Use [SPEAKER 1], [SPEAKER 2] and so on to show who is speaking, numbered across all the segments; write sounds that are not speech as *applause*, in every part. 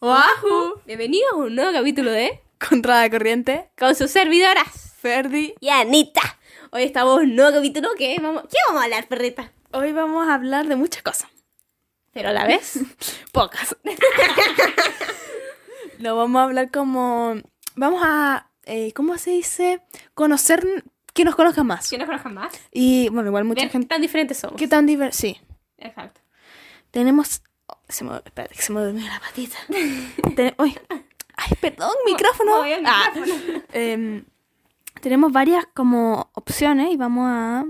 [SPEAKER 1] ¡Oahu!
[SPEAKER 2] Bienvenidos a un nuevo capítulo de
[SPEAKER 1] *laughs* Contra la corriente,
[SPEAKER 2] Con sus servidoras
[SPEAKER 1] Ferdi.
[SPEAKER 2] y Anita. Hoy estamos en un nuevo capítulo que vamos... ¿Qué vamos a hablar, perrita?
[SPEAKER 1] Hoy vamos a hablar de muchas cosas.
[SPEAKER 2] Pero a la vez...
[SPEAKER 1] Pocas. no vamos a hablar como. Vamos a. eh, ¿Cómo se dice? Conocer. Que nos conozca más.
[SPEAKER 2] *laughs* Que no conozcan más.
[SPEAKER 1] Y bueno, igual mucha
[SPEAKER 2] Ver
[SPEAKER 1] gente.
[SPEAKER 2] Tan diferentes somos.
[SPEAKER 1] ¿Qué tan divertido? Sí.
[SPEAKER 2] Exacto.
[SPEAKER 1] Tenemos. oh, se me, espérate, que se me durmió la patita. Ten- uy. Ay, perdón, micrófono.
[SPEAKER 2] Oye, el
[SPEAKER 1] Ah.
[SPEAKER 2] *laughs* micrófono.
[SPEAKER 1] Em, tenemos varias como opciones y vamos a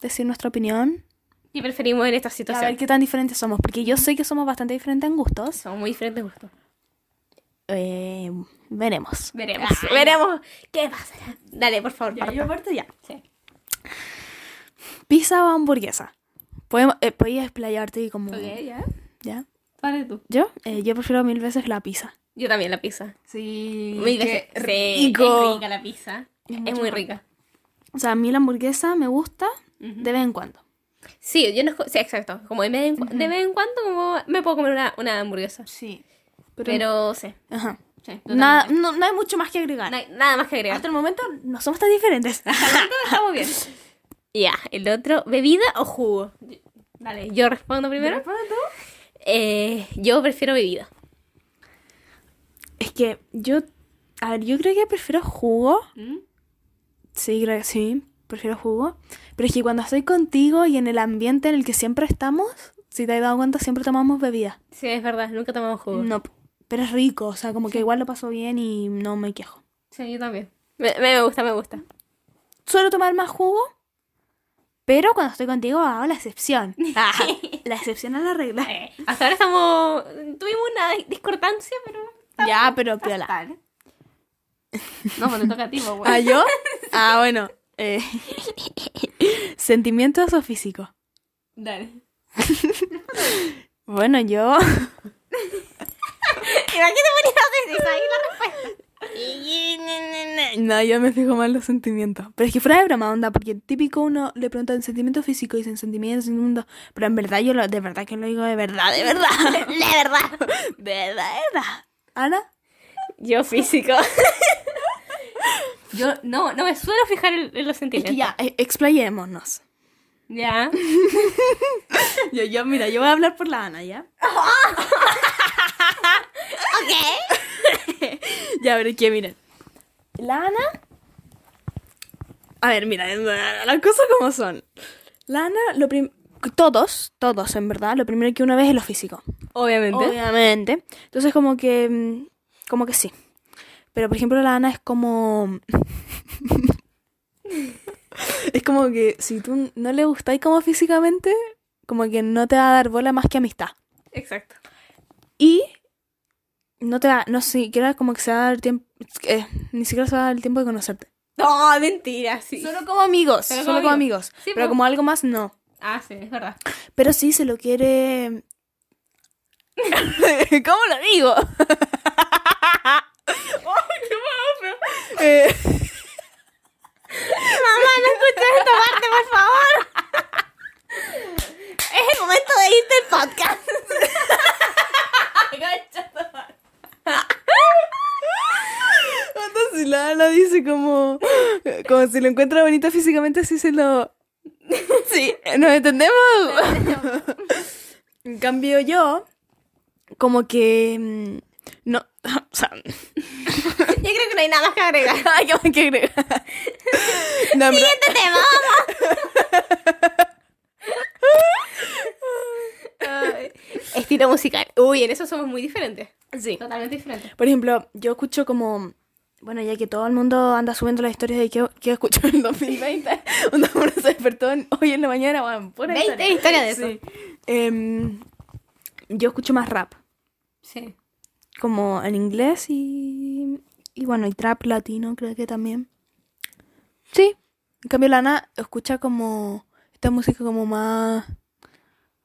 [SPEAKER 1] decir nuestra opinión.
[SPEAKER 2] ¿Qué preferimos en esta
[SPEAKER 1] Y a ver
[SPEAKER 2] situación?
[SPEAKER 1] qué tan diferentes somos, porque yo sé que somos bastante diferentes en gustos.
[SPEAKER 2] Somos muy diferentes gustos.
[SPEAKER 1] Eh, veremos.
[SPEAKER 2] Veremos.
[SPEAKER 1] Ah,
[SPEAKER 2] Veremos qué pasa. Dale, por favor,
[SPEAKER 1] Ya,
[SPEAKER 2] parta.
[SPEAKER 1] yo parto ya.
[SPEAKER 2] Sí.
[SPEAKER 1] Pizza o hamburguesa. Podemos, eh, podías explayarte y como...
[SPEAKER 2] Ok, ya.
[SPEAKER 1] ¿Ya?
[SPEAKER 2] Dale tú.
[SPEAKER 1] ¿Yo? eh, yo prefiero mil veces la pizza.
[SPEAKER 2] Yo también la pizza.
[SPEAKER 1] Sí.
[SPEAKER 2] Mil veces. Sí,
[SPEAKER 1] rico.
[SPEAKER 2] Es rica la pizza.
[SPEAKER 1] Es
[SPEAKER 2] Mm, Es,
[SPEAKER 1] mucho
[SPEAKER 2] muy
[SPEAKER 1] más.
[SPEAKER 2] rica.
[SPEAKER 1] O sea, a mí la hamburguesa me gusta de vez en cuando.
[SPEAKER 2] Sí, yo no... esco- Sí, exacto. Como de vez en, cu- de vez en cuando como me puedo comer una, una hamburguesa.
[SPEAKER 1] Sí.
[SPEAKER 2] Pero, sí.
[SPEAKER 1] Ajá.
[SPEAKER 2] sí, totalmente.
[SPEAKER 1] Nada, no, no hay mucho más que agregar.
[SPEAKER 2] No hay nada más que agregar.
[SPEAKER 1] Hasta el momento no somos tan *laughs* diferentes.
[SPEAKER 2] Estamos bien. *laughs* Ya, el otro, ¿bebida o jugo? Dale, yo respondo primero. Eh, yo prefiero bebida.
[SPEAKER 1] es que yo... A ver, yo creo que prefiero jugo.
[SPEAKER 2] ¿Mm?
[SPEAKER 1] Sí, creo que sí. Prefiero jugo. Pero es que cuando estoy contigo y en el ambiente en el que siempre estamos, si te has dado cuenta, siempre tomamos bebida.
[SPEAKER 2] Sí, es verdad, nunca tomamos jugo.
[SPEAKER 1] No, pero es rico. O sea, como que igual lo paso bien y no me quejo.
[SPEAKER 2] Sí, yo también. Me, me gusta, me *laughs* gusta.
[SPEAKER 1] Suelo tomar más jugo, pero cuando estoy contigo hago la excepción. Ah, la excepción a la regla.
[SPEAKER 2] Eh, hasta ahora estamos. Tuvimos una dis- discordancia, pero.
[SPEAKER 1] Ya, pero piola.
[SPEAKER 2] No, pues te toca a *laughs* ti, pues,
[SPEAKER 1] ¿Ah, yo? Ah, bueno. eh, *laughs* ¿Sentimientos o físico?
[SPEAKER 2] Dale.
[SPEAKER 1] Bueno, yo...
[SPEAKER 2] ¿Para qué te ponías ahí la respuesta?
[SPEAKER 1] No, yo me fijo mal los sentimientos. Pero es que fuera de broma, onda, porque típico uno le pregunta en sentimiento físico y dicen sentimientos, sentimientos. Pero en verdad, yo lo, de verdad que lo digo de verdad, de verdad.
[SPEAKER 2] La verdad.
[SPEAKER 1] *laughs* De verdad, de verdad. Ana,
[SPEAKER 2] Yo físico. Yo no, no me suelo fijar en, en los
[SPEAKER 1] es
[SPEAKER 2] sentimientos.
[SPEAKER 1] que ya, eh, explayémonos.
[SPEAKER 2] Ya.
[SPEAKER 1] *laughs* Yo, yo, mira, yo voy a hablar por la Ana, ¿ya?
[SPEAKER 2] Ok.
[SPEAKER 1] *laughs* Ya, a ver, que miren. La Ana. A ver, mira, las cosas como son. La Ana, lo prim- Todos, todos, en verdad, lo primero que uno ve es lo físico.
[SPEAKER 2] Obviamente.
[SPEAKER 1] Obviamente. Entonces como que mm, como que sí. Pero por ejemplo la Ana es como *laughs* es como que si tú no le gustáis como físicamente, como que no te va a dar bola más que amistad.
[SPEAKER 2] Exacto.
[SPEAKER 1] Y no te va, no siquiera como que se va a dar tiempo eh, ni siquiera se va a dar el tiempo de conocerte.
[SPEAKER 2] No, mentira, sí.
[SPEAKER 1] Solo como amigos,
[SPEAKER 2] Solo
[SPEAKER 1] solo,
[SPEAKER 2] como
[SPEAKER 1] como
[SPEAKER 2] amigos.
[SPEAKER 1] amigos.
[SPEAKER 2] Sí,
[SPEAKER 1] pero
[SPEAKER 2] po.
[SPEAKER 1] como algo más no.
[SPEAKER 2] Ah, sí, es verdad.
[SPEAKER 1] Pero sí se lo *laughs* quiere. ¿Cómo lo digo? *laughs* Eh,
[SPEAKER 2] *laughs* Mamá, no escuches esta parte, por *laughs* favor. Es el momento de irte del podcast.
[SPEAKER 1] *laughs* Entonces la Ana dice como. Como si lo encuentra bonito físicamente, así se lo. Sí, ¿nos entendemos? en cambio, yo. Como que. mm, No. O sea. *laughs*
[SPEAKER 2] Yo creo que no hay nada más que *laughs* agregar.
[SPEAKER 1] Ay, qué- qué agregar. No, en verdad-
[SPEAKER 2] Este tema, vamos. Ay. Estilo musical. Uy, en eso somos muy diferentes.
[SPEAKER 1] Sí.
[SPEAKER 2] Totalmente diferentes.
[SPEAKER 1] Por ejemplo, yo escucho como. Bueno, ya que todo el mundo anda subiendo las historias de que, que escuchó en el *laughs* 2020, cuando uno se despertó en- hoy en la mañana, weón, pura
[SPEAKER 2] 20
[SPEAKER 1] historia.
[SPEAKER 2] historias de eso.
[SPEAKER 1] Sí. Em, yo escucho más rap,
[SPEAKER 2] Sí.
[SPEAKER 1] como en inglés y. Y bueno, y trap latino, creo que también. Sí. En cambio, Lana escucha como. Esta música como más.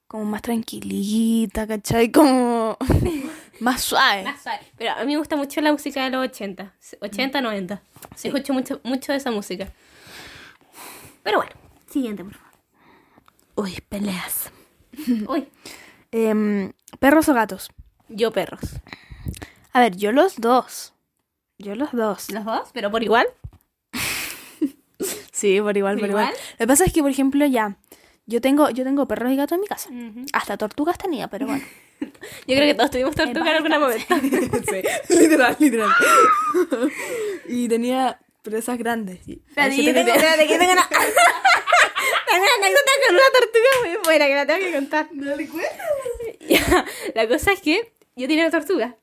[SPEAKER 1] Como más tranquilita, ¿cachai? Como. *laughs* más suave.
[SPEAKER 2] Más suave. Pero a mí me gusta mucho la música de los 80. 80, 90. Escucho mucho, mucho de esa música. Pero bueno. Siguiente, por favor.
[SPEAKER 1] Uy, peleas.
[SPEAKER 2] Uy.
[SPEAKER 1] Em, perros o gatos.
[SPEAKER 2] Yo perros.
[SPEAKER 1] A ver, yo los dos. Yo los dos.
[SPEAKER 2] ¿Los dos? ¿Pero por igual?
[SPEAKER 1] Sí, por igual,
[SPEAKER 2] ¿Por
[SPEAKER 1] por igual.
[SPEAKER 2] igual?
[SPEAKER 1] Lo que pasa es que, por ejemplo, ya, yo tengo, yo tengo perros y gatos en mi
[SPEAKER 2] Mm.
[SPEAKER 1] casa. Hasta tortugas tenía, pero bueno.
[SPEAKER 2] Yo creo que todos tuvimos *laughs* tortuga en algún momento.
[SPEAKER 1] *laughs* sí, literal, literal. y tenía presas grandes. y- Eso tenía-
[SPEAKER 2] espérate, que tengo una... tengo *laughs* una anécdota con una tortuga muy buena que la tengo que contar. No le *laughs* cuento. la cosa es que yo tenía una tortuga.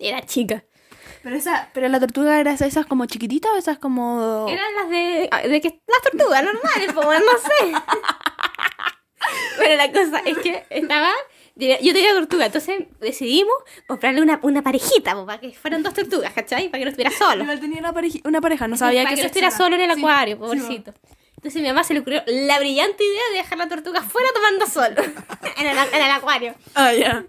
[SPEAKER 2] Era chica.
[SPEAKER 1] *laughs* Pero, esa, pero la tortuga era esa- esas como chiquititas o esas como...
[SPEAKER 2] Eran las de, de que las tortugas normales, como no sé. *laughs* Bueno, la cosa es que estaba. Yo tenía tortuga, entonces decidimos comprarle una, una parejita, po, para que fueran dos tortugas, ¿cachai? Para que no *laughs* estuviera solo.
[SPEAKER 1] Igual tenía una, pareji- una pareja, no sabía
[SPEAKER 2] para
[SPEAKER 1] que
[SPEAKER 2] que,
[SPEAKER 1] se
[SPEAKER 2] no estuviera solo en el
[SPEAKER 1] Sí,
[SPEAKER 2] acuario,
[SPEAKER 1] sí,
[SPEAKER 2] pobrecito. Entonces mi mamá se le ocurrió la brillante idea de dejar la tortuga fuera tomando sol *laughs* en, el, en el acuario.
[SPEAKER 1] Ah, ya.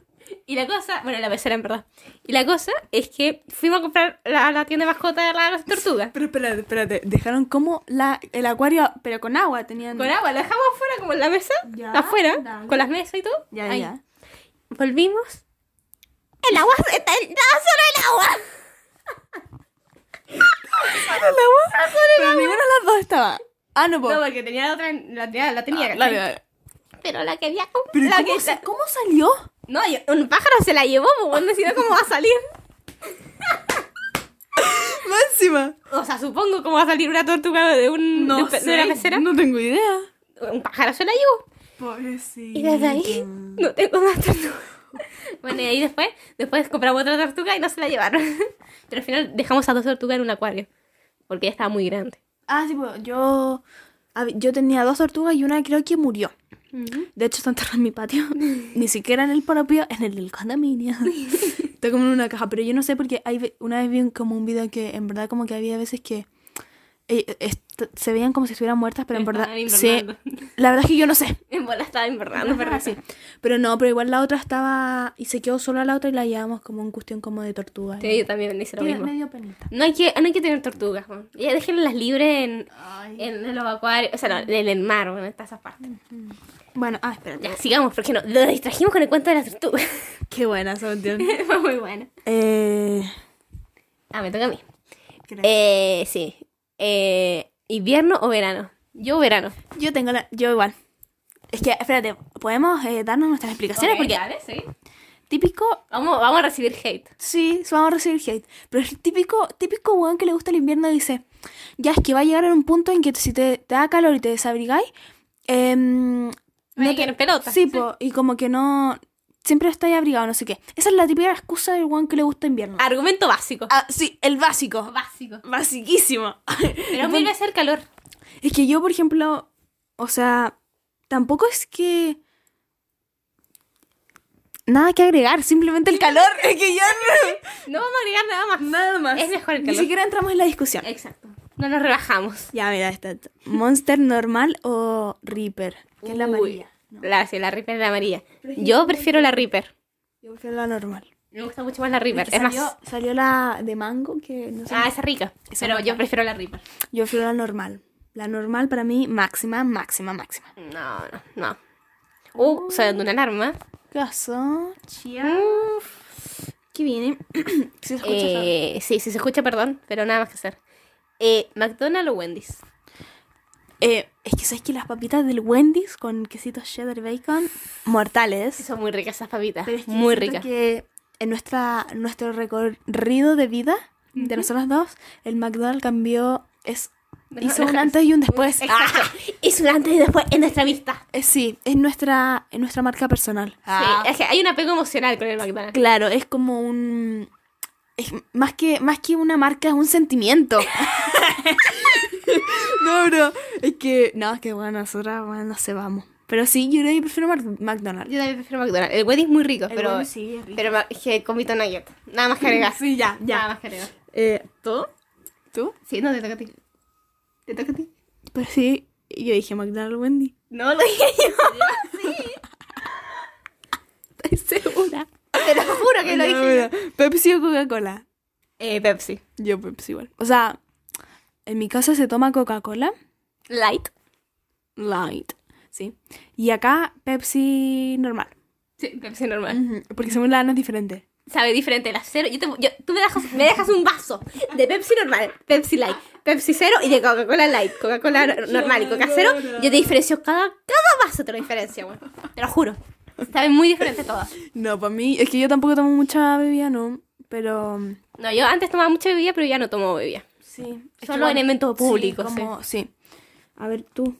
[SPEAKER 2] Y la cosa, bueno, en la pecera en verdad. Y la cosa es que fuimos a comprar la, la tienda de mascota de las tortugas.
[SPEAKER 1] Pero espérate, espérate. Dejaron como la, el acuario, pero con agua tenían...
[SPEAKER 2] Con agua, la dejamos afuera, como en la mesa,
[SPEAKER 1] Ya,
[SPEAKER 2] afuera,
[SPEAKER 1] dale.
[SPEAKER 2] con las mesas y todo.
[SPEAKER 1] Ya,
[SPEAKER 2] Ahí.
[SPEAKER 1] ya.
[SPEAKER 2] Volvimos. El agua está en- estaba solo el agua.
[SPEAKER 1] ¿Solo el agua? Pero ninguna de las dos estaba. Ah, no, po.
[SPEAKER 2] No, porque tenía otra, la tenía, la tenía,
[SPEAKER 1] Ah,
[SPEAKER 2] ¿cachai?
[SPEAKER 1] dale, dale.
[SPEAKER 2] Pero la quería comprar.
[SPEAKER 1] Pero
[SPEAKER 2] la
[SPEAKER 1] ¿cómo,
[SPEAKER 2] que-
[SPEAKER 1] sa- ¿cómo salió?
[SPEAKER 2] No, yo- un pájaro se la llevó, pues bueno, si no, ¿cómo va a *laughs* salir?
[SPEAKER 1] Máxima.
[SPEAKER 2] O sea, supongo cómo va a salir una tortuga de, un, de, un pe- de una pecera.
[SPEAKER 1] No tengo idea.
[SPEAKER 2] Un pájaro se la llevó.
[SPEAKER 1] Pobrecito.
[SPEAKER 2] Y desde ahí no tengo más tortuga. Mm. *laughs* Bueno, y ahí después, después compramos otra tortuga y no se la llevaron. *laughs* Pero al final dejamos a dos tortugas en un acuario. Porque ya estaba muy grande.
[SPEAKER 1] Ah, sí, pues yo... a ver, Yo tenía dos tortugas y una creo que murió. De hecho, está enterrada en mi patio. Ni siquiera en el propio, en el
[SPEAKER 2] *laughs*
[SPEAKER 1] del condominio. está como en una caja. Pero yo no sé porque hay, ve- una vez vi un- como un video que en verdad como que había veces que eh, est- se veían como si estuvieran muertas, pero en verdad...
[SPEAKER 2] Estaban
[SPEAKER 1] Sí,
[SPEAKER 2] invernando.
[SPEAKER 1] la verdad es que yo no sé.
[SPEAKER 2] En bola estaba invernando, pero
[SPEAKER 1] Sí. Pero no, pero igual la otra estaba... Y se quedó sola la otra y la llevamos como en cuestión como de tortuga.
[SPEAKER 2] Sí, yo también hice lo
[SPEAKER 1] Tiene-
[SPEAKER 2] mismo.
[SPEAKER 1] dio penita.
[SPEAKER 2] No hay que, no hay que tener tortugas, weón. Ya déjenlas libres en,
[SPEAKER 1] Ay.
[SPEAKER 2] en los acuarios, o sea, no, en el mar, bueno, está esa parte.
[SPEAKER 1] Bueno, ah, espérate.
[SPEAKER 2] Ya, sigamos, porque no, lo distrajimos con el cuento de las tortugas. *laughs*
[SPEAKER 1] Qué buena esa
[SPEAKER 2] Fue muy bueno.
[SPEAKER 1] *laughs* eh...
[SPEAKER 2] Ah, me toca a mí.
[SPEAKER 1] creo-
[SPEAKER 2] Eh, sí. Eh, ¿Invierno o verano? Yo verano.
[SPEAKER 1] Yo tengo la... Yo igual. Es que, espérate, podemos eh, darnos nuestras explicaciones porque
[SPEAKER 2] sí.
[SPEAKER 1] típico...
[SPEAKER 2] Vamos, vamos a recibir hate.
[SPEAKER 1] Sí, sí, vamos a recibir hate. Pero es el típico, típico weón que le gusta el invierno dice, ya es que va a llegar en un punto en que si te, te da calor y te desabrigáis, em,
[SPEAKER 2] Vaya que eres pelota,
[SPEAKER 1] Sí,
[SPEAKER 2] sí.
[SPEAKER 1] po, y como que no... Siempre estáis abrigado, no sé qué. Esa es la típica excusa del weón que le gusta invierno.
[SPEAKER 2] Argumento básico.
[SPEAKER 1] Ah, sí, el básico.
[SPEAKER 2] Básico.
[SPEAKER 1] Basiquísimo.
[SPEAKER 2] Pero vuelve a hacer calor.
[SPEAKER 1] *laughs* Es que yo, por ejemplo, o sea, tampoco es que... Nada que agregar, simplemente el calor. *laughs* Es que ya
[SPEAKER 2] No vamos a agregar nada más.
[SPEAKER 1] no... Nada más.
[SPEAKER 2] Es mejor el
[SPEAKER 1] Ni
[SPEAKER 2] calor. Eh,
[SPEAKER 1] siquiera entramos en la discusión.
[SPEAKER 2] Exacto. No nos relajamos.
[SPEAKER 1] Ya, mira, esta. esta. ¿Monster normal o Reaper? Que es la
[SPEAKER 2] Uy,
[SPEAKER 1] amarilla. No,
[SPEAKER 2] La, sí, la Reaper es la amarilla.
[SPEAKER 1] es que
[SPEAKER 2] Yo prefiero la Reaper.
[SPEAKER 1] yo prefiero la normal.
[SPEAKER 2] Me gusta mucho más la Reaper.
[SPEAKER 1] Porque
[SPEAKER 2] Es
[SPEAKER 1] salió,
[SPEAKER 2] más.
[SPEAKER 1] salió la de mango, que no sé.
[SPEAKER 2] Ah, esa rica.
[SPEAKER 1] Esa
[SPEAKER 2] pero
[SPEAKER 1] rica.
[SPEAKER 2] yo prefiero la Reaper.
[SPEAKER 1] Yo prefiero la normal. La normal para mí, máxima, máxima, máxima.
[SPEAKER 2] No, no, no. Uh, sonando una alarma.
[SPEAKER 1] ¿Qué pasó?
[SPEAKER 2] Uf.
[SPEAKER 1] ¿Qué viene? *clears throat* ¿Sí se escucha eso?
[SPEAKER 2] Eh, sí, si se escucha, perdón, pero nada más que hacer. Eh, McDonald's o Wendy's.
[SPEAKER 1] Eh, es que sabes que las papitas del Wendy's con quesito cheddar bacon, mortales.
[SPEAKER 2] Son muy ricas esas papitas.
[SPEAKER 1] Pero es que
[SPEAKER 2] muy
[SPEAKER 1] siento
[SPEAKER 2] ricas.
[SPEAKER 1] que en nuestra, nuestro recorrido de vida, de nosotras dos, el McDonald's cambió, es,
[SPEAKER 2] Bueno,
[SPEAKER 1] hizo
[SPEAKER 2] no,
[SPEAKER 1] un
[SPEAKER 2] no,
[SPEAKER 1] antes y un después.
[SPEAKER 2] Exacto. Es un antes ah, y después en nuestra vista.
[SPEAKER 1] Eh, sí, es nuestra, es nuestra marca personal. Ah.
[SPEAKER 2] Sí, es que hay un apego emocional con el McDonald's.
[SPEAKER 1] Claro, es como un... es más, que, más que una marca, es un sentimiento. *laughs* no, bro. Es que... No, es que bueno, nosotras bueno, no se vamos. Pero sí, yo creo que prefiero Mac- McDonald's.
[SPEAKER 2] Yo también prefiero McDonald's. El Wendy's es muy rico, pero.
[SPEAKER 1] Wendy's sí *laughs* es rico.
[SPEAKER 2] Pero ma- es que comito nugget. Nada más que agregar. *laughs*
[SPEAKER 1] Sí, ya, ya.
[SPEAKER 2] Nada más que agregar.
[SPEAKER 1] Eh, ¿Tú? ¿Tú?
[SPEAKER 2] Sí, no, te toca a ti. Te toca a ti.
[SPEAKER 1] Pues sí, yo dije McDonald's Wendy.
[SPEAKER 2] No, lo dije yo. *laughs*
[SPEAKER 1] ¿Estás segura?
[SPEAKER 2] Te lo juro que lo
[SPEAKER 1] No,
[SPEAKER 2] dije yo.
[SPEAKER 1] pero, Pepsi o Coca-Cola.
[SPEAKER 2] Eh, Pepsi.
[SPEAKER 1] Yo Pepsi igual. O sea, en mi casa se toma Coca-Cola
[SPEAKER 2] Light.
[SPEAKER 1] light, ¿sí? Y acá Pepsi normal.
[SPEAKER 2] Sí, Pepsi normal.
[SPEAKER 1] Ujú, Porque según la ANA es diferente.
[SPEAKER 2] sabe diferente la cero. Yo te- yo- tú me dejas, me dejas un vaso de Pepsi normal, Pepsi light, Pepsi cero y de Coca-Cola light, Coca-Cola normal y Coca cero. Yo te diferencio cada, cada vaso, te lo diferencio, weón. Te lo juro. Saben muy diferente todas.
[SPEAKER 1] No, para mí, es que yo tampoco tomo mucha bebida, no. Pero. mm,
[SPEAKER 2] No, yo antes tomaba mucha bebida, pero ya no tomo bebida.
[SPEAKER 1] Sí.
[SPEAKER 2] Solo en eventos públicos,
[SPEAKER 1] como- sí. A ver, tú.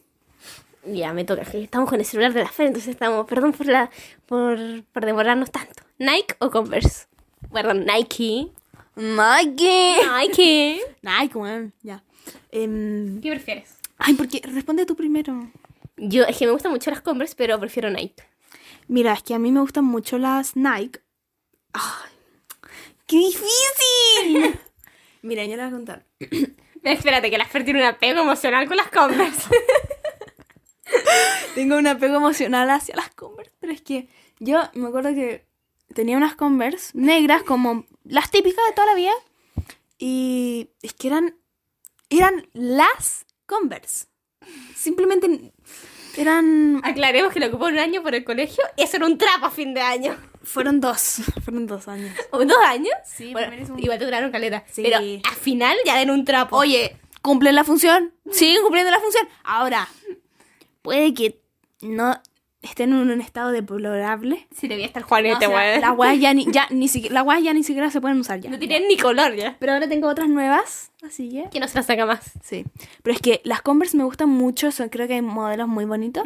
[SPEAKER 2] Ya, me toca. que Estamos con el celular de la fe, entonces estamos. Perdón por la por, por demorarnos tanto. ¿Nike o Converse? Perdón, Nike.
[SPEAKER 1] Nike.
[SPEAKER 2] Nike.
[SPEAKER 1] Nike, weón. Ya. Em,
[SPEAKER 2] *laughs* ¿Qué prefieres?
[SPEAKER 1] ay, porque responde tú primero.
[SPEAKER 2] Yo, es que me gustan mucho las Converse, pero prefiero Nike.
[SPEAKER 1] Mira, es que a mí me gustan mucho las Nike. Ay, ¡Qué difícil! *laughs* Mira, yo le voy a contar.
[SPEAKER 2] Espérate, que la Fer tiene un apego emocional con las *laughs* Converse.
[SPEAKER 1] Tengo un apego emocional hacia las Converse, pero es que yo me acuerdo que tenía unas Converse negras como las típicas de toda la vida y es que eran eran las Converse. Simplemente eran
[SPEAKER 2] Aclaremos que lo ocupó un año por el colegio y eso era un trapo a fin de año.
[SPEAKER 1] fueron dos, *laughs* fueron dos años.
[SPEAKER 2] *laughs* ¿O dos años?
[SPEAKER 1] Sí,
[SPEAKER 2] Bueno,
[SPEAKER 1] primero es un-
[SPEAKER 2] igual te duraron caleta.
[SPEAKER 1] Sí.
[SPEAKER 2] Pero al final ya den un trapo.
[SPEAKER 1] Oye, cumplen la función, siguen cumpliendo la función. Ahora, puede que no estén en un estado deplorable.
[SPEAKER 2] si debía estar Juan en
[SPEAKER 1] No,
[SPEAKER 2] este
[SPEAKER 1] o sea,
[SPEAKER 2] weón.
[SPEAKER 1] las weas ya ni, ya ni siquiera, las weas ya ni siquiera se pueden usar
[SPEAKER 2] *laughs*
[SPEAKER 1] ya.
[SPEAKER 2] No tienen ni color ya.
[SPEAKER 1] Pero ahora tengo otras nuevas, así que.
[SPEAKER 2] *laughs* Que no se la saca más.
[SPEAKER 1] Sí. Pero es que las Converse me gustan mucho, son, creo que hay modelos muy bonitos.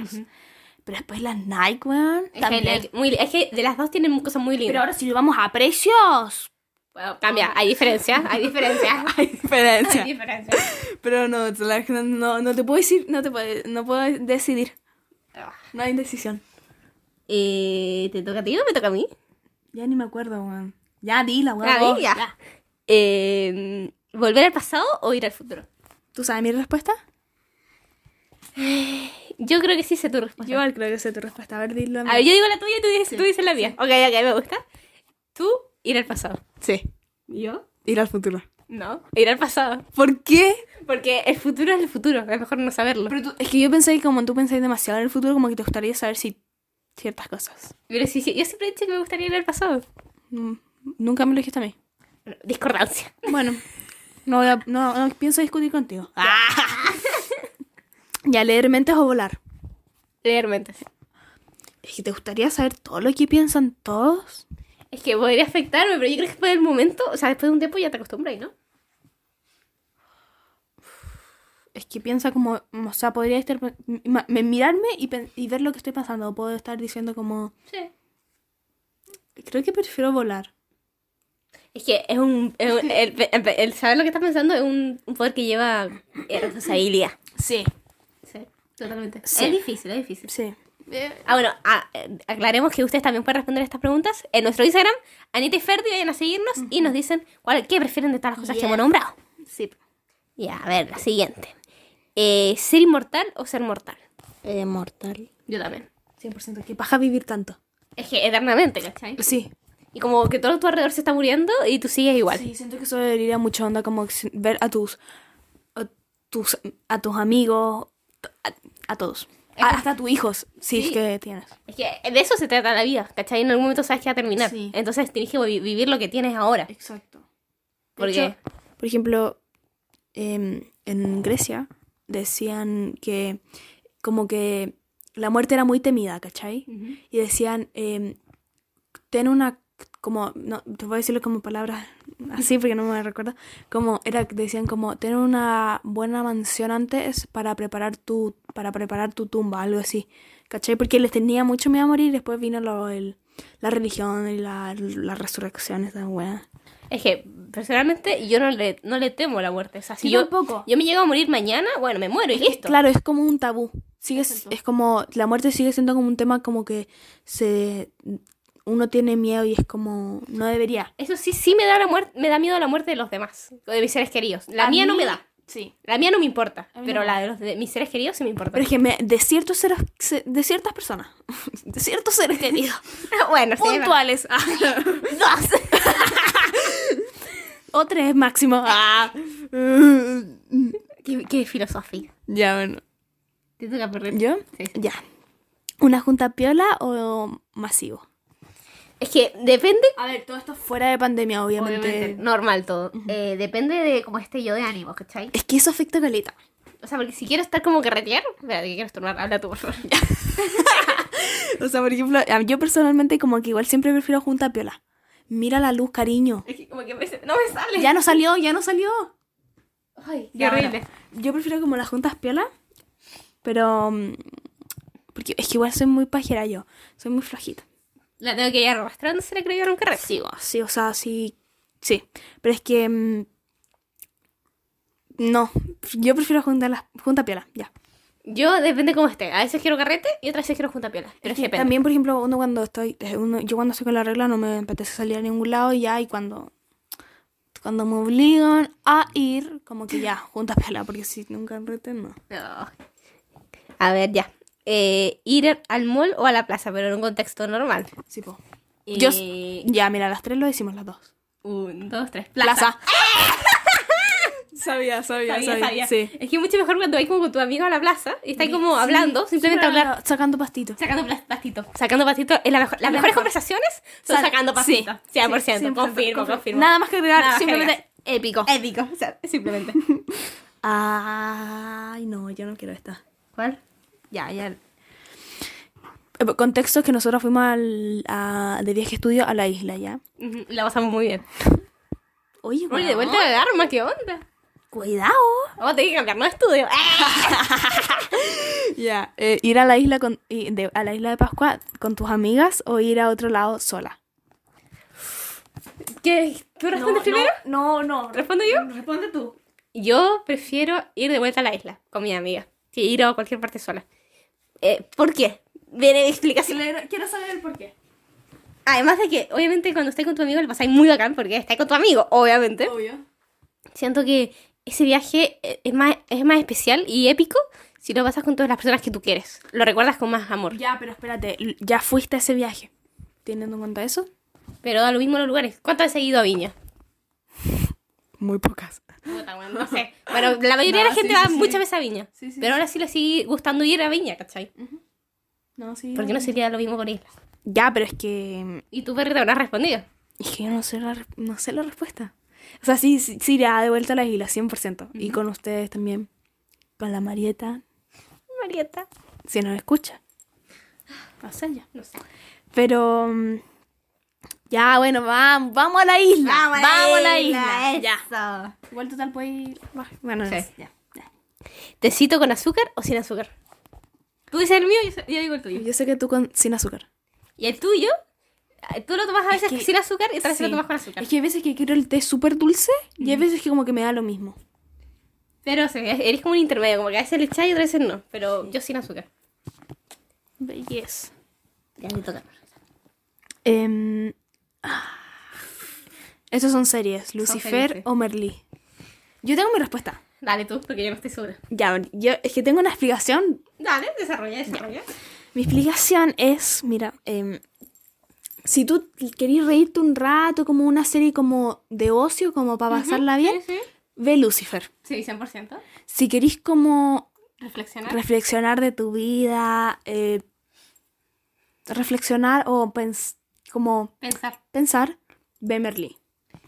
[SPEAKER 1] Pero después las Nike, weón.
[SPEAKER 2] Es que,
[SPEAKER 1] también.
[SPEAKER 2] Nike- muy, es que de las dos tienen cosas muy lindas.
[SPEAKER 1] Pero ahora si lo vamos a precios.
[SPEAKER 2] Bueno, cambia, hay *laughs* diferencias, hay diferencias.
[SPEAKER 1] Hay diferencia.
[SPEAKER 2] hay diferencias.
[SPEAKER 1] *laughs* Pero no, la- no, no te puedo decir, no te puedo, no puedo decidir. No hay decisión.
[SPEAKER 2] *laughs* Eh, ¿Te toca a ti o me toca a mí?
[SPEAKER 1] Ya ni me acuerdo, weón. Ya di la
[SPEAKER 2] a mí, ya. Eh, ¿Volver al pasado o ir al futuro?
[SPEAKER 1] ¿Tú sabes mi respuesta?
[SPEAKER 2] Yo creo que sí sé tu respuesta.
[SPEAKER 1] Yo creo que sé tu respuesta. A ver, dilo.
[SPEAKER 2] a ver, yo digo la tuya y tú dices, tú dices la mía. Ok, ok, me gusta. Tú, ir al pasado.
[SPEAKER 1] Sí,
[SPEAKER 2] ¿Yo?
[SPEAKER 1] ir al futuro.
[SPEAKER 2] No, ir al pasado.
[SPEAKER 1] ¿Por qué?
[SPEAKER 2] Porque el futuro es el futuro, es mejor no saberlo.
[SPEAKER 1] Pero tú- es que yo pensé que como tú pensáis demasiado en el futuro, como que te gustaría saber si ciertas cosas.
[SPEAKER 2] Pero sí, sí, yo siempre he dicho que me gustaría ir al pasado.
[SPEAKER 1] Mm, Nunca me lo dijiste a mí.
[SPEAKER 2] Bueno, *laughs* Discordancia.
[SPEAKER 1] Bueno, no, voy a- no, no pienso discutir *laughs* contigo. ya, leer mentes o volar.
[SPEAKER 2] Leer mentes.
[SPEAKER 1] Es que te gustaría saber todo lo que piensan todos.
[SPEAKER 2] Es que podría afectarme, pero yo creo que después del momento, o sea, después de un tiempo ya te acostumbras, ¿no?
[SPEAKER 1] Es que piensa como, o sea, podría estar, ma- me- mirarme y, pen- y ver lo que estoy pensando. Puedo estar diciendo como,
[SPEAKER 2] Sí.
[SPEAKER 1] creo que prefiero volar.
[SPEAKER 2] Es que es un. es un- el, el- el saber lo que estás pensando es un, un poder que lleva eh, responsabilidad.
[SPEAKER 1] Sí.
[SPEAKER 2] Sí, totalmente.
[SPEAKER 1] Sí.
[SPEAKER 2] Es difícil, es difícil.
[SPEAKER 1] Sí.
[SPEAKER 2] Ah, bueno, ah, eh, aclaremos que ustedes también pueden responder estas preguntas en nuestro Instagram, Anita y Ferdi, vayan a seguirnos y nos dicen cuál, qué prefieren de todas las cosas que
[SPEAKER 1] Yeah.
[SPEAKER 2] hemos nombrado.
[SPEAKER 1] Sí.
[SPEAKER 2] Ya, a ver, la siguiente. Eh, ¿Ser inmortal o ser mortal?
[SPEAKER 1] Eh, mortal.
[SPEAKER 2] Yo también.
[SPEAKER 1] 100%. Qué paja vivir tanto.
[SPEAKER 2] Es que eternamente, ¿cachai?
[SPEAKER 1] Sí.
[SPEAKER 2] Y como que todo tu alrededor se está muriendo y tú sigues igual.
[SPEAKER 1] Sí, siento que eso debería mucho onda como si- ver a tus, a tus, a tus amigos, a, a todos. A- hasta a tus hijos, si
[SPEAKER 2] Sí.
[SPEAKER 1] es que tienes.
[SPEAKER 2] Es que de eso se trata la vida, ¿cachai? En algún momento sabes que va a terminar.
[SPEAKER 1] Sí.
[SPEAKER 2] Entonces tienes que vi- vivir lo que tienes ahora.
[SPEAKER 1] Exacto.
[SPEAKER 2] Porque
[SPEAKER 1] Por ejemplo, em, en Grecia decían que como que la muerte era muy temida, ¿cachai? Y decían, em, ten una, como, no, te voy a decirlo como palabras así porque no me recuerdo, como, era, decían como, ten una buena mansión antes para preparar tu, para preparar tu tumba, algo así, ¿cachai? Porque les tenía mucho miedo a morir y después vino lo, el, la religión y la, la resurrección, esa weá.
[SPEAKER 2] es que personalmente yo no le, no le temo a la muerte. O sea, si
[SPEAKER 1] Yo
[SPEAKER 2] yo,
[SPEAKER 1] tampoco.
[SPEAKER 2] yo me llego a morir mañana, bueno, me muero y listo.
[SPEAKER 1] Claro, es como un tabú. Sigue, es como, la muerte sigue siendo como un tema como que se, uno tiene miedo y es como, no debería.
[SPEAKER 2] Eso sí, sí me da, la muerte, me da miedo la muerte de los demás, o de mis seres queridos. La
[SPEAKER 1] A
[SPEAKER 2] mía no
[SPEAKER 1] mí-
[SPEAKER 2] me da.
[SPEAKER 1] Sí.
[SPEAKER 2] La mía no me importa,
[SPEAKER 1] A mí
[SPEAKER 2] pero
[SPEAKER 1] no.
[SPEAKER 2] la de, los, de mis seres queridos sí me importa.
[SPEAKER 1] Pero es que me- de ciertos seres, se- de ciertas personas, *laughs* de ciertos seres queridos, *laughs*
[SPEAKER 2] *laughs* bueno, sí,
[SPEAKER 1] puntuales, ah, *laughs*
[SPEAKER 2] Dos.
[SPEAKER 1] o tres máximo. ah.
[SPEAKER 2] qué, qué filosofía.
[SPEAKER 1] Ya, bueno.
[SPEAKER 2] Te toca perder.
[SPEAKER 1] ¿Yo?
[SPEAKER 2] Sí.
[SPEAKER 1] Ya. ¿Una junta piola o masivo?
[SPEAKER 2] Es que depende.
[SPEAKER 1] A ver, todo esto fuera de pandemia, obviamente.
[SPEAKER 2] Obviamente, normal todo. Eh, depende de cómo esté yo de ánimo, ¿cachai?
[SPEAKER 1] Es que eso afecta caleta.
[SPEAKER 2] O sea, porque si quiero estar como carretear. Espérate, que quiero estornudar. Habla tú, por favor.
[SPEAKER 1] O sea, por ejemplo, a- yo personalmente como que igual siempre prefiero junta piola. Mira la luz, cariño.
[SPEAKER 2] Es que como que me se- no me sale.
[SPEAKER 1] Ya no salió, ya no salió.
[SPEAKER 2] Ay, qué
[SPEAKER 1] Ya,
[SPEAKER 2] horrible.
[SPEAKER 1] bueno, yo prefiero como las juntas piola, pero... mm, Porque es que igual soy muy pajera yo, soy muy flojita.
[SPEAKER 2] La tengo que ir arrastrando, se la creo llevar un carrete.
[SPEAKER 1] Sí, o- sí, o sea, sí, sí. Pero es que... mm, No, yo prefiero juntar las junta piola, ya.
[SPEAKER 2] Yo depende cómo esté. A veces quiero carrete y otras veces quiero junta piola. Pero
[SPEAKER 1] Es
[SPEAKER 2] es
[SPEAKER 1] que
[SPEAKER 2] depende.
[SPEAKER 1] también, por ejemplo, uno cuando estoy, eh, uno- yo cuando estoy con la regla no me apetece salir a ningún lado y ya, y cuando, cuando me obligan a ir, como que ya, juntas piola, porque si nunca reten, no.
[SPEAKER 2] No. A ver, ya. Eh, ir al mall o a la plaza, pero en un contexto normal.
[SPEAKER 1] Sí, po.
[SPEAKER 2] Eh,
[SPEAKER 1] Yo- Ya, mira, las tres lo decimos las dos.
[SPEAKER 2] Un, dos, tres.
[SPEAKER 1] Plaza. *laughs* sabía, sabía,
[SPEAKER 2] Sabía, sabía.
[SPEAKER 1] Sí.
[SPEAKER 2] Es que es mucho mejor cuando vais como con tu amigo a la plaza y estáis como hablando, simplemente hablar,
[SPEAKER 1] Sacando pastitos.
[SPEAKER 2] sacando plas- pastito. Sacando pastito es la mejor. Las mejores conversaciones son
[SPEAKER 1] Sac-
[SPEAKER 2] sacando pastito.
[SPEAKER 1] Sí,
[SPEAKER 2] 100%,
[SPEAKER 1] sí,
[SPEAKER 2] confirmo, confirmo,
[SPEAKER 1] Nada más que agregar,
[SPEAKER 2] Nada más que
[SPEAKER 1] simplemente
[SPEAKER 2] agregar.
[SPEAKER 1] épico.
[SPEAKER 2] Épico, o sea, simplemente.
[SPEAKER 1] Ay, no, yo no quiero esta.
[SPEAKER 2] ¿Cuál? Ya, ya.
[SPEAKER 1] Eh, Contexto es que nosotros fuimos al- a- de viaje estudio a la isla, ¿ya?
[SPEAKER 2] Ujú, La pasamos muy bien.
[SPEAKER 1] Oye,
[SPEAKER 2] Oye, de
[SPEAKER 1] weón,
[SPEAKER 2] vuelta de arma, ¿qué onda?
[SPEAKER 1] Cuidado.
[SPEAKER 2] Vamos a tener que cambiarnos de estudio. *laughs*
[SPEAKER 1] Ya, eh, ir a la isla con, y de- a la isla de Pascua con tus amigas o ir a otro lado sola.
[SPEAKER 2] ¿Qué? ¿Tú respondes primero?
[SPEAKER 1] No, no.
[SPEAKER 2] ¿Respondo yo?
[SPEAKER 1] Responde tú.
[SPEAKER 2] Yo prefiero ir de vuelta a la isla con mi amiga que ir a cualquier parte sola. Eh, ¿Por qué? Viene mi explicación.
[SPEAKER 1] Quiero saber el por qué.
[SPEAKER 2] Además de que, obviamente, cuando estáis con tu amigo, lo pasáis muy bacán porque estáis con tu amigo, obviamente.
[SPEAKER 1] Obvio.
[SPEAKER 2] Siento que ese viaje eh, es más, es más especial y épico si lo pasas con todas las personas que tú quieres. Lo recuerdas con más amor.
[SPEAKER 1] Ya, pero espérate, l- ya fuiste a ese viaje. ¿Teniendo en cuenta eso?
[SPEAKER 2] Pero da lo mismo en los lugares. ¿Cuántas veces he ido a Viña?
[SPEAKER 1] Muy pocas.
[SPEAKER 2] Puta, weón, no sé. Bueno, la mayoría de
[SPEAKER 1] *laughs* No,
[SPEAKER 2] la
[SPEAKER 1] sí,
[SPEAKER 2] gente
[SPEAKER 1] sí,
[SPEAKER 2] va
[SPEAKER 1] sí.
[SPEAKER 2] muchas veces a Viña.
[SPEAKER 1] Sí, sí, Mm.
[SPEAKER 2] pero ahora sí le sigue gustando ir a Viña, ¿cachai?
[SPEAKER 1] No, sí.
[SPEAKER 2] Porque no sería lo mismo con Isla.
[SPEAKER 1] Ya, pero es que.
[SPEAKER 2] Y tú, perrita, habrás respondido.
[SPEAKER 1] Es que yo no sé la, re- no sé la respuesta. O sea, sí, sí, sí, ya de vuelta a la isla, 100%. Y con ustedes también. Con la Marieta,
[SPEAKER 2] Marieta.
[SPEAKER 1] si nos escucha. O sea, ya.
[SPEAKER 2] No sé.
[SPEAKER 1] Pero. mm, Ya, bueno, vamos, vamos a la isla.
[SPEAKER 2] Ya.
[SPEAKER 1] Ya. Igual total puede ir. Bueno,
[SPEAKER 2] Sí.
[SPEAKER 1] es- ya, ya.
[SPEAKER 2] ¿Tecito con azúcar o sin azúcar? Tú dices el mío y yo, sé- yo digo el tuyo.
[SPEAKER 1] Yo sé que tú con, sin azúcar.
[SPEAKER 2] Y el tuyo, eh, tú lo tomas a veces
[SPEAKER 1] que-
[SPEAKER 2] sin azúcar y otras veces
[SPEAKER 1] Sí.
[SPEAKER 2] lo tomas con azúcar.
[SPEAKER 1] Es que hay veces que quiero el té súper dulce y hay veces que como que me da lo mismo.
[SPEAKER 2] Pero sí, eres como un intermedio, como que a veces le echas y otras veces no. Pero yo sin azúcar.
[SPEAKER 1] Belleza.
[SPEAKER 2] Ya le toca.
[SPEAKER 1] Em, ah. Estos son series, Lucifer
[SPEAKER 2] series, sí.
[SPEAKER 1] o Merlí. Yo tengo mi respuesta.
[SPEAKER 2] Dale tú, porque yo no estoy segura.
[SPEAKER 1] Ya, yo es que tengo una explicación.
[SPEAKER 2] Dale, desarrolla, desarrolla.
[SPEAKER 1] Mi explicación es, mira, em, si tú querés reírte un rato, como una serie como de ocio, como para pasarla bien,
[SPEAKER 2] Sí,
[SPEAKER 1] ve Lucifer.
[SPEAKER 2] sí. Sí, 100%.
[SPEAKER 1] Si querés como
[SPEAKER 2] Reflexionar.
[SPEAKER 1] reflexionar de tu vida, eh, reflexionar o pens- como
[SPEAKER 2] Pensar.
[SPEAKER 1] pensar, ve Merlí.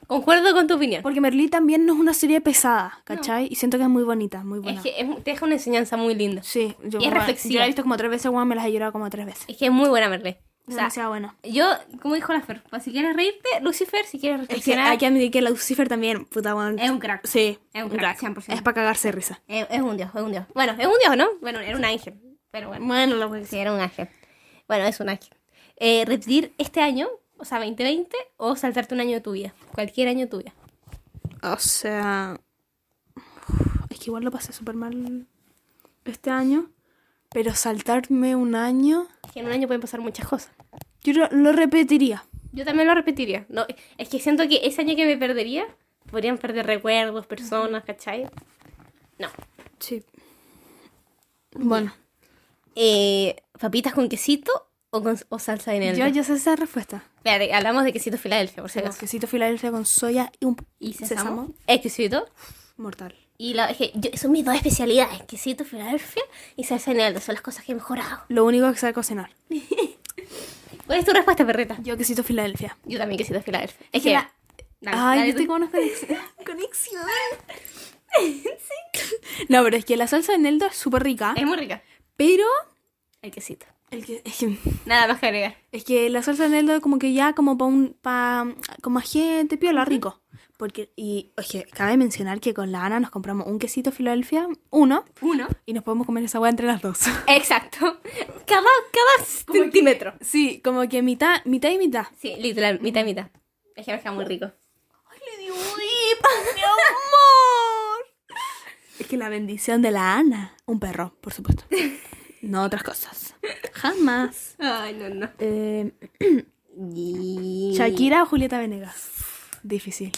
[SPEAKER 2] Concuerdo con tu opinión.
[SPEAKER 1] Porque Merlí también no es una serie pesada, ¿cachai? Y siento que es muy bonita, muy buena.
[SPEAKER 2] Es que es- te deja una enseñanza muy linda.
[SPEAKER 1] Sí, yo,
[SPEAKER 2] Y es
[SPEAKER 1] bueno,
[SPEAKER 2] reflexiva.
[SPEAKER 1] yo la he visto como tres veces, weón, me las he llorado como tres veces.
[SPEAKER 2] Es que es muy buena, Merle. O
[SPEAKER 1] Es
[SPEAKER 2] sea,
[SPEAKER 1] demasiado buena.
[SPEAKER 2] yo, como dijo la Fer, pues, si quieres reírte, Lucifer, si quieres
[SPEAKER 1] Es que
[SPEAKER 2] reflexionar,
[SPEAKER 1] hay que admitir que la Lucifer también, puta, weón.
[SPEAKER 2] es un crack.
[SPEAKER 1] Sí,
[SPEAKER 2] Es un
[SPEAKER 1] un
[SPEAKER 2] crack,
[SPEAKER 1] crack.
[SPEAKER 2] 100%.
[SPEAKER 1] Es para cagarse de risa.
[SPEAKER 2] Es, Eh, es un dios, es un dios. Bueno, es un dios, ¿no? Bueno, era un ángel. Pero bueno,
[SPEAKER 1] Bueno, lo que
[SPEAKER 2] sí, era un ángel. Bueno, es un ángel. Eh, repetir este año, o sea, 2020, o saltarte un año de tu vida. Cualquier año de tu vida.
[SPEAKER 1] O sea. Es que igual lo pasé súper mal este año. Pero saltarme un año.
[SPEAKER 2] Que en un año pueden pasar muchas cosas.
[SPEAKER 1] Yo lo, lo repetiría.
[SPEAKER 2] Yo también lo repetiría. No, es que siento que ese año que me perdería, podrían perder recuerdos, personas, ¿cachai? No.
[SPEAKER 1] Sí. Bueno,
[SPEAKER 2] Eh, ¿Papitas con quesito o, con, o salsa de
[SPEAKER 1] yo
[SPEAKER 2] negro?
[SPEAKER 1] ya sé esa respuesta.
[SPEAKER 2] Espérate, hablamos de quesito Filadelfia, por si acaso.
[SPEAKER 1] Quesito Filadelfia con soya y un
[SPEAKER 2] ¿Y sésamo? Exquisito.
[SPEAKER 1] Mortal.
[SPEAKER 2] Y la, es que yo- son mis dos especialidades, quesito Filadelfia y salsa de Son las cosas que he mejorado.
[SPEAKER 1] Lo único que sabe cocinar.
[SPEAKER 2] ¿Cuál es tu respuesta, perreta?
[SPEAKER 1] Yo quesito Filadelfia.
[SPEAKER 2] Yo también quesito Filadelfia. Es
[SPEAKER 1] que
[SPEAKER 2] que...
[SPEAKER 1] la-
[SPEAKER 2] Dale,
[SPEAKER 1] Ay,
[SPEAKER 2] dale
[SPEAKER 1] yo
[SPEAKER 2] tú.
[SPEAKER 1] tengo unas conexiones. *laughs*
[SPEAKER 2] conexión.
[SPEAKER 1] No, pero es que la salsa de Nelda es súper rica.
[SPEAKER 2] Es muy rica.
[SPEAKER 1] Pero.
[SPEAKER 2] El quesito.
[SPEAKER 1] el que- es, que,
[SPEAKER 2] Nada más que agregar.
[SPEAKER 1] es que la salsa de Nelda, como que ya, como para un. Pa, como gente piola, rico. Porque. Y. Oye, cabe mencionar que con la Ana nos compramos un quesito Filadelfia, uno,
[SPEAKER 2] Uno.
[SPEAKER 1] y nos podemos comer esa hueá entre las dos. *laughs*
[SPEAKER 2] Exacto. Cada, cada centímetro.
[SPEAKER 1] Sí, como que mitad, mitad y mitad.
[SPEAKER 2] Sí, literal, mitad y mitad. Es que me queda muy rico.
[SPEAKER 1] ¡Ay, le dio mi amor! Es que la bendición de la Ana. Un perro, por *laughs* supuesto. No otras cosas. Jamás.
[SPEAKER 2] Ay, no, no.
[SPEAKER 1] Eh,
[SPEAKER 2] Y-
[SPEAKER 1] Shakira o Julieta Venegas. Difícil.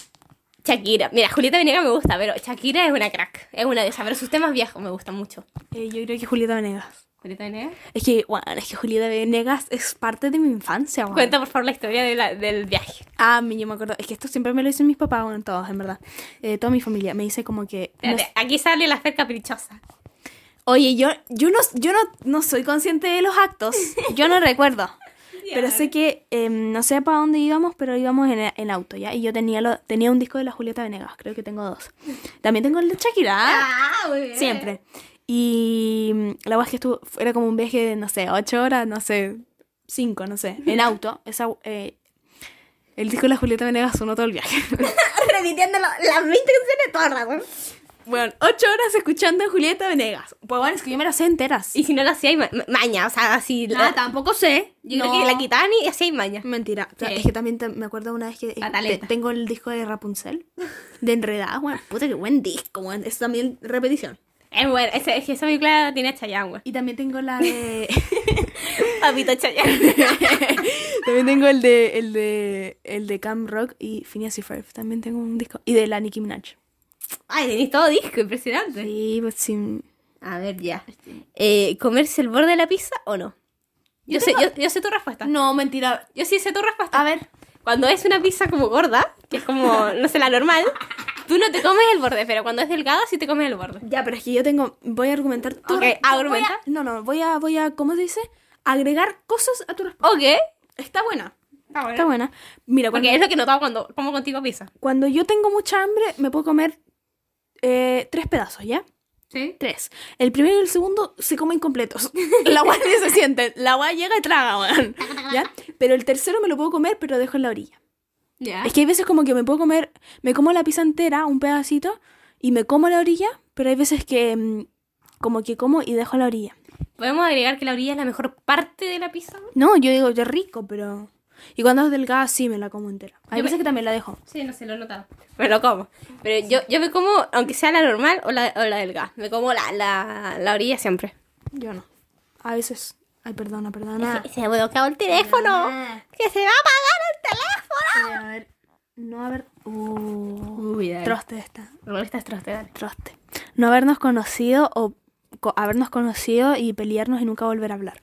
[SPEAKER 2] Shakira. Mira, Julieta Venegas me gusta, pero Shakira es una crack. Es una de esas, pero sus temas viejos me gustan mucho.
[SPEAKER 1] Eh, yo creo que Julieta Venegas.
[SPEAKER 2] ¿Julieta Venegas?
[SPEAKER 1] Es que, bueno, es que Julieta Venegas es parte de mi infancia, weón.
[SPEAKER 2] Cuenta, por favor, la historia de la- del viaje.
[SPEAKER 1] Ah, mi- yo me acuerdo. Es que esto siempre me lo dicen mis papás, bueno, todos, en verdad. Eh, toda mi familia. Me dice como que. no
[SPEAKER 2] Espérate, Aquí sale la fe caprichosa.
[SPEAKER 1] Oye, yo, yo, no, yo no, no soy consciente de los actos. Yo
[SPEAKER 2] *laughs*
[SPEAKER 1] no recuerdo. Pero sé que, em, no sé para dónde íbamos, pero íbamos en, en auto, ¿ya? Y yo tenía, lo, tenía un disco de la Julieta Venegas, creo que tengo dos. También tengo el de Shakira,
[SPEAKER 2] Ah, muy bien.
[SPEAKER 1] *laughs* siempre. Y mm, la verdad es que estuvo, era como un viaje de, no sé, ocho horas, no sé, cinco, no sé,
[SPEAKER 2] *laughs*
[SPEAKER 1] en auto. Esa, eh, el disco de la Julieta Venegas sonó todo el viaje.
[SPEAKER 2] *laughs* Repitiendo las 20 canciones toda razón.
[SPEAKER 1] bueno, ocho horas escuchando a Julieta Venegas. Pues bueno, es que yo me las sé enteras.
[SPEAKER 2] Y si no la hacía, hay ma- ma- maña. O sea, así. la-
[SPEAKER 1] tampoco sé.
[SPEAKER 2] yo creo que la quitaban y hacía maña.
[SPEAKER 1] Mentira. O sea,
[SPEAKER 2] Sí.
[SPEAKER 1] Es que también te- me acuerdo una vez que eh,
[SPEAKER 2] Fataleta.
[SPEAKER 1] te- tengo el disco de Rapunzel. De Enredadas, weón. Puta, qué buen disco, weón. Es también repetición.
[SPEAKER 2] Es bueno, es, es que esa película tiene a Chayanne, güey.
[SPEAKER 1] Y también tengo la *laughs* de...
[SPEAKER 2] *laughs* Papito Chayanne.
[SPEAKER 1] también tengo el de, el de... El de Cam Rock y Phineas y Ferb. También tengo un disco. Y de la Nicki Minaj.
[SPEAKER 2] Ay, tenéis todo disco, impresionante.
[SPEAKER 1] Sí, pues sí.
[SPEAKER 2] A ver, ya. Eh, ¿Comerse el borde de la pizza o no? Yo, sé, yo, yo sé tu respuesta.
[SPEAKER 1] No, mentira.
[SPEAKER 2] Yo sí sé tu respuesta.
[SPEAKER 1] A ver.
[SPEAKER 2] Cuando es una pizza como gorda, que es *laughs* como, no sé, la normal, tú no te comes el borde, pero cuando es delgada sí te comes el borde.
[SPEAKER 1] Ya, pero es que yo tengo... Voy a argumentar tu...
[SPEAKER 2] Ok,
[SPEAKER 1] re- voy a-
[SPEAKER 2] argumenta.
[SPEAKER 1] no, no. Voy a... Voy a... ¿Cómo se dice? Agregar cosas a tu respuesta.
[SPEAKER 2] Ok.
[SPEAKER 1] Está buena.
[SPEAKER 2] Está
[SPEAKER 1] Está buena. Mira, cuando...
[SPEAKER 2] Porque es lo que notaba cuando como contigo pizza.
[SPEAKER 1] Cuando yo tengo mucha hambre, me puedo comer eh, tres pedazos, ¿ya?
[SPEAKER 2] Sí.
[SPEAKER 1] Tres. El primero y el segundo se comen completos. *laughs* La guay ni se sienten. La guay llega y traga, weón. ¿Ya? Pero el tercero me lo puedo comer, pero dejo en la orilla.
[SPEAKER 2] Ya.
[SPEAKER 1] Es que hay veces como que me puedo comer, me como la pizza entera, un pedacito, y me como la orilla, pero hay veces que mm, como que como y dejo la orilla.
[SPEAKER 2] ¿Podemos agregar que la orilla es la mejor parte de la pizza?
[SPEAKER 1] No, yo digo, yo rico, pero... Y cuando es delgada, sí, me la como entera. Hay
[SPEAKER 2] Yo me-
[SPEAKER 1] veces que también la dejo.
[SPEAKER 2] Sí, no sé, lo he notado. Me lo como. Pero yo, yo me como, aunque sea la normal o la, o la delgada, me como la, la, la orilla siempre.
[SPEAKER 1] Yo no. A veces... Ay, perdona, perdona.
[SPEAKER 2] Se ha bloqueado el teléfono. Que se va a
[SPEAKER 1] Eh, a ver, no haber. Uh,
[SPEAKER 2] apagar el teléfono. Uy, dale.
[SPEAKER 1] troste esta.
[SPEAKER 2] estás troste, dale.
[SPEAKER 1] Troste. No habernos conocido o co- habernos conocido y pelearnos y nunca volver a hablar.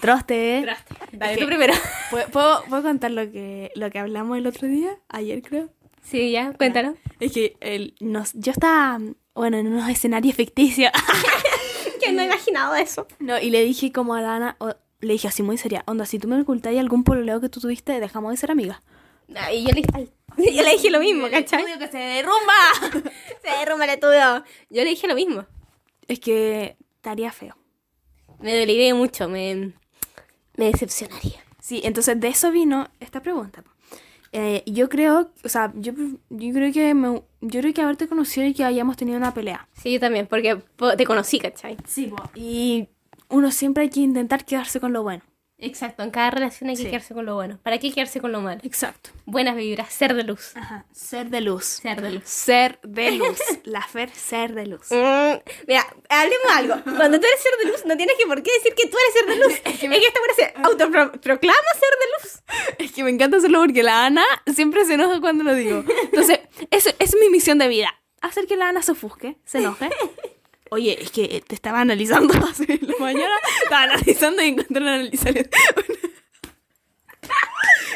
[SPEAKER 1] Troste, ¿eh?
[SPEAKER 2] Troste. Dale,
[SPEAKER 1] Es
[SPEAKER 2] tú
[SPEAKER 1] que-
[SPEAKER 2] primero.
[SPEAKER 1] ¿Puedo, puedo, puedo contar lo que, lo que hablamos el otro día? Ayer creo.
[SPEAKER 2] *laughs* Sí, ya, cuéntalo.
[SPEAKER 1] Es que el, nos, yo estaba, bueno, en unos escenarios ficticios. *laughs*
[SPEAKER 2] Que no he imaginado eso.
[SPEAKER 1] No, y le dije como a la Ana, o- le dije así muy seria, onda, si tú me ocultáis algún pololeo que tú tuviste, dejamos de ser amigas.
[SPEAKER 2] y yo le, ay, *laughs* yo le dije lo mismo, ¿cachai?
[SPEAKER 1] que se derrumba!
[SPEAKER 2] *laughs* Se derrumba el estudio. Yo le dije lo mismo.
[SPEAKER 1] Es que estaría feo.
[SPEAKER 2] Me doliré mucho, me, me decepcionaría.
[SPEAKER 1] Sí, entonces de eso vino esta pregunta. po. Eh, yo creo, o sea, yo, yo creo que me- yo creo que haberte conocido y que hayamos tenido una pelea.
[SPEAKER 2] Sí, yo también, porque po- te conocí, ¿cachai?
[SPEAKER 1] Sí, y uno siempre hay que intentar quedarse con lo bueno.
[SPEAKER 2] Exacto, en cada relación hay que
[SPEAKER 1] Sí.
[SPEAKER 2] quedarse con lo bueno. ¿Para qué quedarse con lo malo?
[SPEAKER 1] Exacto.
[SPEAKER 2] Buenas vibras, ser de luz.
[SPEAKER 1] Ajá. Ser de luz.
[SPEAKER 2] Ser de luz.
[SPEAKER 1] Ser de luz. *laughs* La Fer, ser de luz.
[SPEAKER 2] Mm, mira, hablemos algo. Cuando tú eres ser de luz, no tienes que por qué decir que tú eres ser de luz. *laughs* es que esta buena se autoproclama ser de luz.
[SPEAKER 1] Es que me encanta hacerlo porque la Ana siempre se enoja cuando lo digo. Entonces, eso es mi misión de vida. Hacer que la Ana se ofusque, se enoje. Oye, es que eh, te estaba analizando *laughs* hace la mañana. Estaba analizando y encontré una analizar.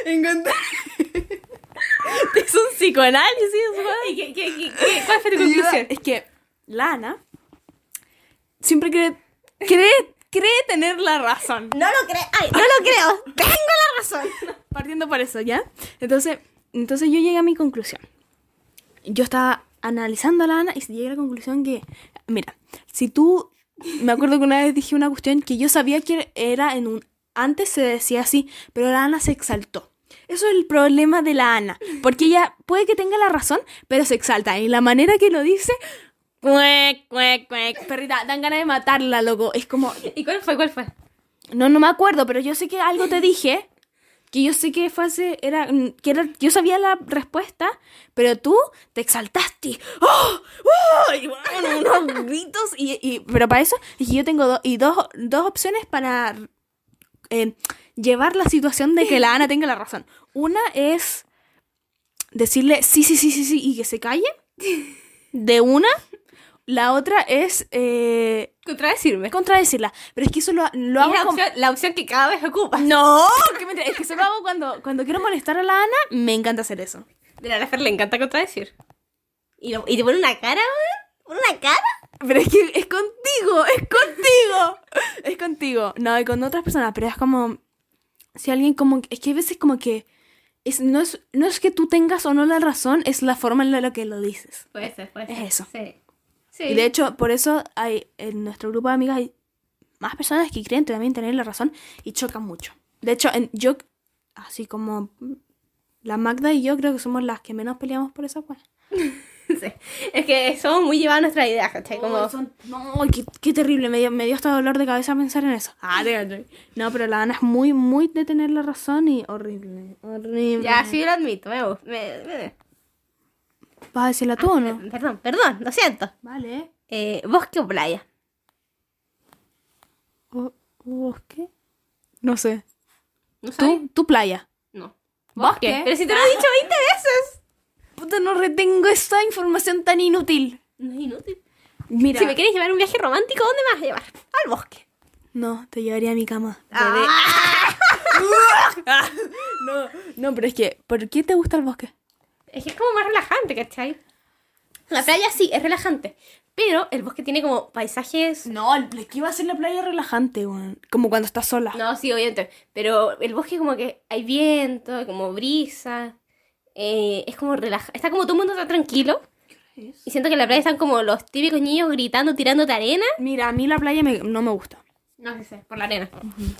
[SPEAKER 1] Encontré. Te hice un
[SPEAKER 2] psicoanálisis, weón. Ah, ¿Y qué, qué, qué, qué? ¿Cuál fue tu conclusión?
[SPEAKER 1] Es que Lana siempre cree, cree, cree tener la razón.
[SPEAKER 2] No lo creo. Ay, no lo creo. Tengo la razón.
[SPEAKER 1] Partiendo por eso, ¿ya? Entonces, entonces yo llegué a mi conclusión. Yo estaba analizando a la Ana y llegué a la conclusión que, mira, si tú, me acuerdo que una vez dije una cuestión que yo sabía que era en un, antes se decía así, pero la Ana se exaltó. Eso es el problema de la Ana, porque ella puede que tenga la razón, pero se exalta. Y la manera que lo dice, cuec, cuec, cuec, perrita, dan ganas de matarla, loco. Es como,
[SPEAKER 2] ¿Y cuál fue? ¿Cuál fue?
[SPEAKER 1] no, no me acuerdo, pero yo sé que algo te dije. Que yo sé que fue hace. Era, mm, que era- yo sabía la respuesta, pero tú te exaltaste. ¡Oh! ¡Oh! Y bueno, unos gritos. Y, y- pero para eso, dije, yo tengo do- y dos, dos opciones para eh, llevar la situación de que la Ana tenga la razón. Una es decirle sí, sí, sí, sí, sí, y que se calle. De una. La otra es eh,
[SPEAKER 2] Contradecirme.
[SPEAKER 1] contradecirla. Pero es que eso lo, lo
[SPEAKER 2] Es
[SPEAKER 1] hago
[SPEAKER 2] la
[SPEAKER 1] con-
[SPEAKER 2] opción, la opción que cada vez ocupa.
[SPEAKER 1] no, que mentira. Es que solo hago cuando, cuando quiero molestar a la Ana, me encanta hacer eso.
[SPEAKER 2] Mira, a la Fer le encanta contradecir. Y, lo- y te pone una cara, weón. ¿Pone ¿Una cara?
[SPEAKER 1] Pero es que es contigo, es contigo. Es contigo. No, y con otras personas, pero es como. Si alguien como. Es que hay veces como que. Es, no, es, no es que tú tengas o no la razón, es la forma en la que lo dices.
[SPEAKER 2] Puede ser, puede
[SPEAKER 1] Es
[SPEAKER 2] ser.
[SPEAKER 1] eso.
[SPEAKER 2] Sí. Sí.
[SPEAKER 1] Y de hecho, por eso hay en nuestro grupo de amigas hay más personas que creen también tener la razón y chocan mucho. De hecho, en- yo, así como la Magda y yo creo que somos las que menos peleamos por esa cosa.
[SPEAKER 2] Sí. *laughs* Es que somos muy llevados a nuestra idea, ¿cachai? Como...
[SPEAKER 1] Oh, son- No, qué, qué terrible, me dio, me dio hasta dolor de cabeza pensar en eso. Ah, te cacho. No, pero la Ana es muy, muy de tener la razón y horrible, horrible.
[SPEAKER 2] Ya, sí, lo admito. Me, gu- me- me-
[SPEAKER 1] ¿Vas a decirla tú o no?
[SPEAKER 2] Perdón, perdón, lo siento.
[SPEAKER 1] Vale.
[SPEAKER 2] Eh, ¿Bosque o playa?
[SPEAKER 1] O- ¿Bosque? No sé.
[SPEAKER 2] ¿No sabes?
[SPEAKER 1] ¿Tú? ¿Tú playa?
[SPEAKER 2] No.
[SPEAKER 1] ¿Bosque?
[SPEAKER 2] ¿Qué? Pero si te lo he dicho 20 veces.
[SPEAKER 1] Puta, no retengo esa información tan inútil.
[SPEAKER 2] No es inútil.
[SPEAKER 1] Mira.
[SPEAKER 2] Si me quieres llevar a un viaje romántico, ¿dónde me vas a llevar? Al bosque. Ah.
[SPEAKER 1] No, te llevaría a mi cama.
[SPEAKER 2] Bebé.
[SPEAKER 1] No, no, pero es que, ¿por qué te gusta el bosque?
[SPEAKER 2] Es que es como más relajante, ¿cachai? La playa sí, es relajante. Pero el bosque tiene como paisajes.
[SPEAKER 1] No, es que iba a ser la playa relajante, weón. Como cuando estás sola.
[SPEAKER 2] No, sí, obviamente. Pero el bosque, como que hay viento, como brisa. eh, es como relajante. Está como todo el mundo está tranquilo. Y siento que en la playa están como los típicos niños gritando, tirándote arena.
[SPEAKER 1] Mira, a mí la playa me- no me gusta.
[SPEAKER 2] No sé, por la arena.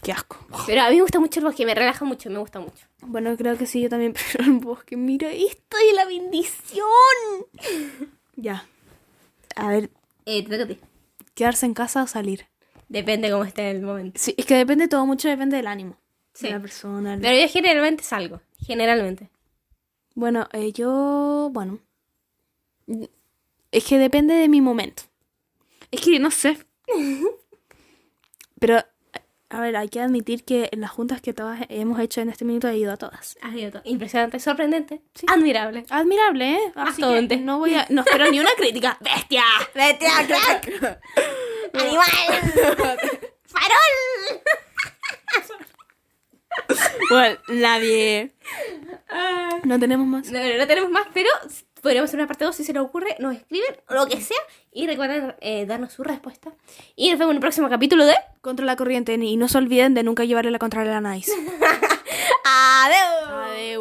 [SPEAKER 1] Qué asco.
[SPEAKER 2] Pero a mí me gusta mucho el bosque, me relaja mucho, me gusta mucho.
[SPEAKER 1] Bueno, creo que sí, yo también *laughs* prefiero el bosque. Mira esto y la bendición. Ya. A ver,
[SPEAKER 2] Eh, te toca a ti.
[SPEAKER 1] quedarse en casa o salir.
[SPEAKER 2] Depende cómo esté el momento.
[SPEAKER 1] Sí, es que depende todo mucho, depende del ánimo.
[SPEAKER 2] Sí.
[SPEAKER 1] De la persona. el-
[SPEAKER 2] Pero yo generalmente salgo. Generalmente.
[SPEAKER 1] Bueno, eh, yo. Bueno. Es que depende de mi momento. Es que no sé. *laughs* Pero, a ver, hay que admitir que en las juntas que todas hemos hecho en este minuto he ido a todas.
[SPEAKER 2] Has ido todo. Impresionante, sorprendente, admirable.
[SPEAKER 1] Admirable, ¿eh? Así que
[SPEAKER 2] Bastante.
[SPEAKER 1] no voy *laughs* a. No espero ni una crítica.
[SPEAKER 2] ¡Bestia! ¡Bestia, *laughs* crack! *laughs* ¡Animal! ¡Farol!
[SPEAKER 1] Bueno, nadie. No tenemos más.
[SPEAKER 2] No, no, no tenemos más, pero podríamos hacer una parte 2 si se nos ocurre. Nos escriben o lo que sea y recuerden eh, darnos su respuesta. Y nos vemos en el próximo capítulo de.
[SPEAKER 1] Contra la corriente y no se olviden de nunca llevarle la contraria a la nice.
[SPEAKER 2] ¡Adiós!